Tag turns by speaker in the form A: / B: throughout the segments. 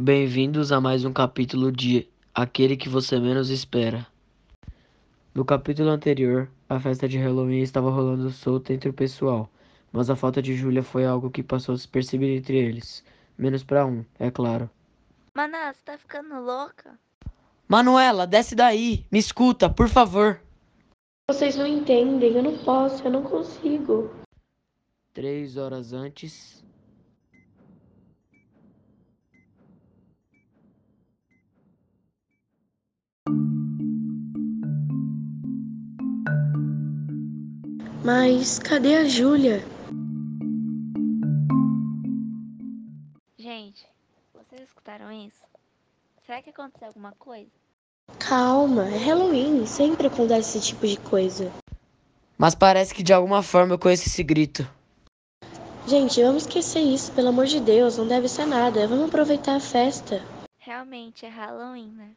A: Bem-vindos a mais um capítulo de Aquele que você menos espera. No capítulo anterior, a festa de Halloween estava rolando solta entre o pessoal, mas a falta de Julia foi algo que passou despercebido entre eles, menos pra um, é claro.
B: Maná, você tá ficando louca?
A: Manuela, desce daí, me escuta, por favor.
C: Vocês não entendem, eu não posso, eu não consigo.
A: Três horas antes,
C: Mas cadê a Júlia?
B: Gente, vocês escutaram isso? Será que aconteceu alguma coisa?
C: Calma, é Halloween, sempre acontece esse tipo de coisa.
A: mas parece que de alguma forma eu conheço esse grito.
C: Gente, vamos esquecer isso, pelo amor de Deus, não deve ser nada. Vamos aproveitar a festa.
B: Realmente é Halloween, né?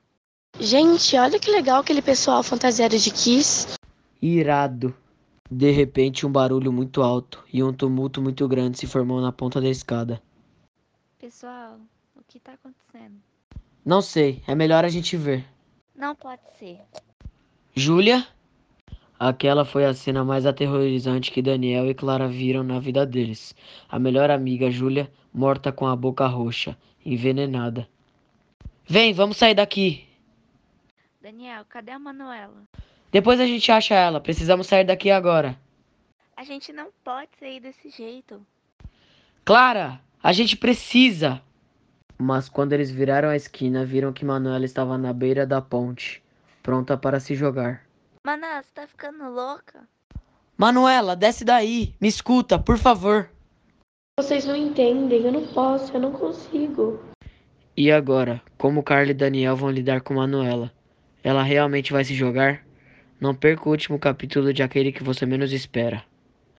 C: Gente, olha que legal aquele pessoal fantasiado de Kiss.
A: Irado. De repente, um barulho muito alto e um tumulto muito grande se formou na ponta da escada.
B: Pessoal, o que tá acontecendo?
A: Não sei, é melhor a gente ver.
B: Não pode ser.
A: Júlia? Aquela foi a cena mais aterrorizante que Daniel e Clara viram na vida deles. A melhor amiga, Júlia, morta com a boca roxa, envenenada. Vem, vamos sair daqui.
B: Daniel, cadê a Manuela?
A: Depois a gente acha ela, precisamos sair daqui agora.
B: A gente não pode sair desse jeito.
A: Clara, a gente precisa! Mas quando eles viraram a esquina, viram que Manuela estava na beira da ponte, pronta para se jogar.
B: Maná, você tá ficando louca?
A: Manuela, desce daí! Me escuta, por favor!
C: Vocês não entendem, eu não posso, eu não consigo.
A: E agora, como Carla e Daniel vão lidar com Manuela? Ela realmente vai se jogar? Não perca o último capítulo de aquele que você menos espera.